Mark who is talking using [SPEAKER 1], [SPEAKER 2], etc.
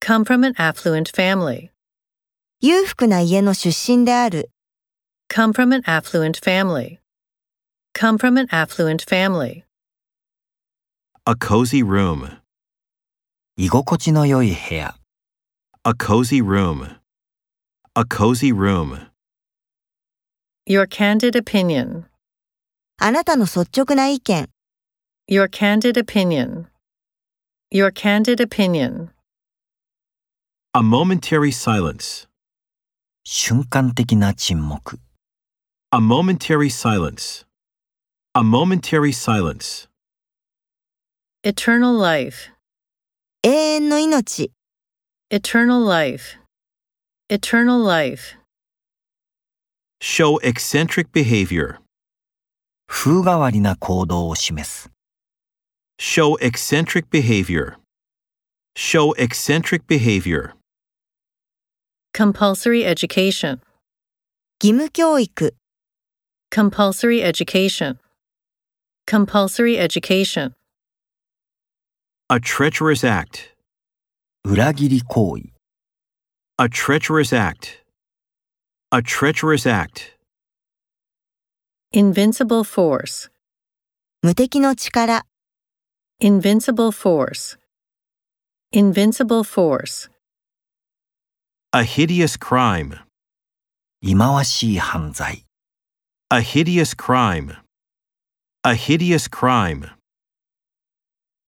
[SPEAKER 1] come from an affluent family,
[SPEAKER 2] 裕福な家の出身である、
[SPEAKER 1] come from an affluent family, come from an affluent family,
[SPEAKER 3] A cozy room.
[SPEAKER 4] 居心地の良い部屋。
[SPEAKER 3] A cozy room. A cozy room.
[SPEAKER 1] your candid opinion,
[SPEAKER 2] あなたの率直な意見、
[SPEAKER 1] your candid opinion, your candid opinion,
[SPEAKER 3] A momentary silence.
[SPEAKER 4] 瞬間的な沈黙。
[SPEAKER 3] A momentary silence. A momentary silence.
[SPEAKER 1] eternal life,
[SPEAKER 2] 永遠の命、
[SPEAKER 1] eternal life, eternal life,
[SPEAKER 3] Show eccentric behavior.
[SPEAKER 4] 風変わりな行動を示す。
[SPEAKER 3] Show eccentric behavior. Show eccentric behavior.
[SPEAKER 1] compulsory education,
[SPEAKER 2] 義務教育、
[SPEAKER 1] compulsory education, compulsory education.
[SPEAKER 3] A treacherous act.
[SPEAKER 4] 裏切り行為。
[SPEAKER 3] A treacherous act. A treacherous act.
[SPEAKER 1] Invincible force,
[SPEAKER 2] 無敵の力、
[SPEAKER 1] invincible force, invincible force,
[SPEAKER 3] A hideous crime.
[SPEAKER 4] 忌まわしい犯罪。
[SPEAKER 3] A hideous crime. A hideous crime.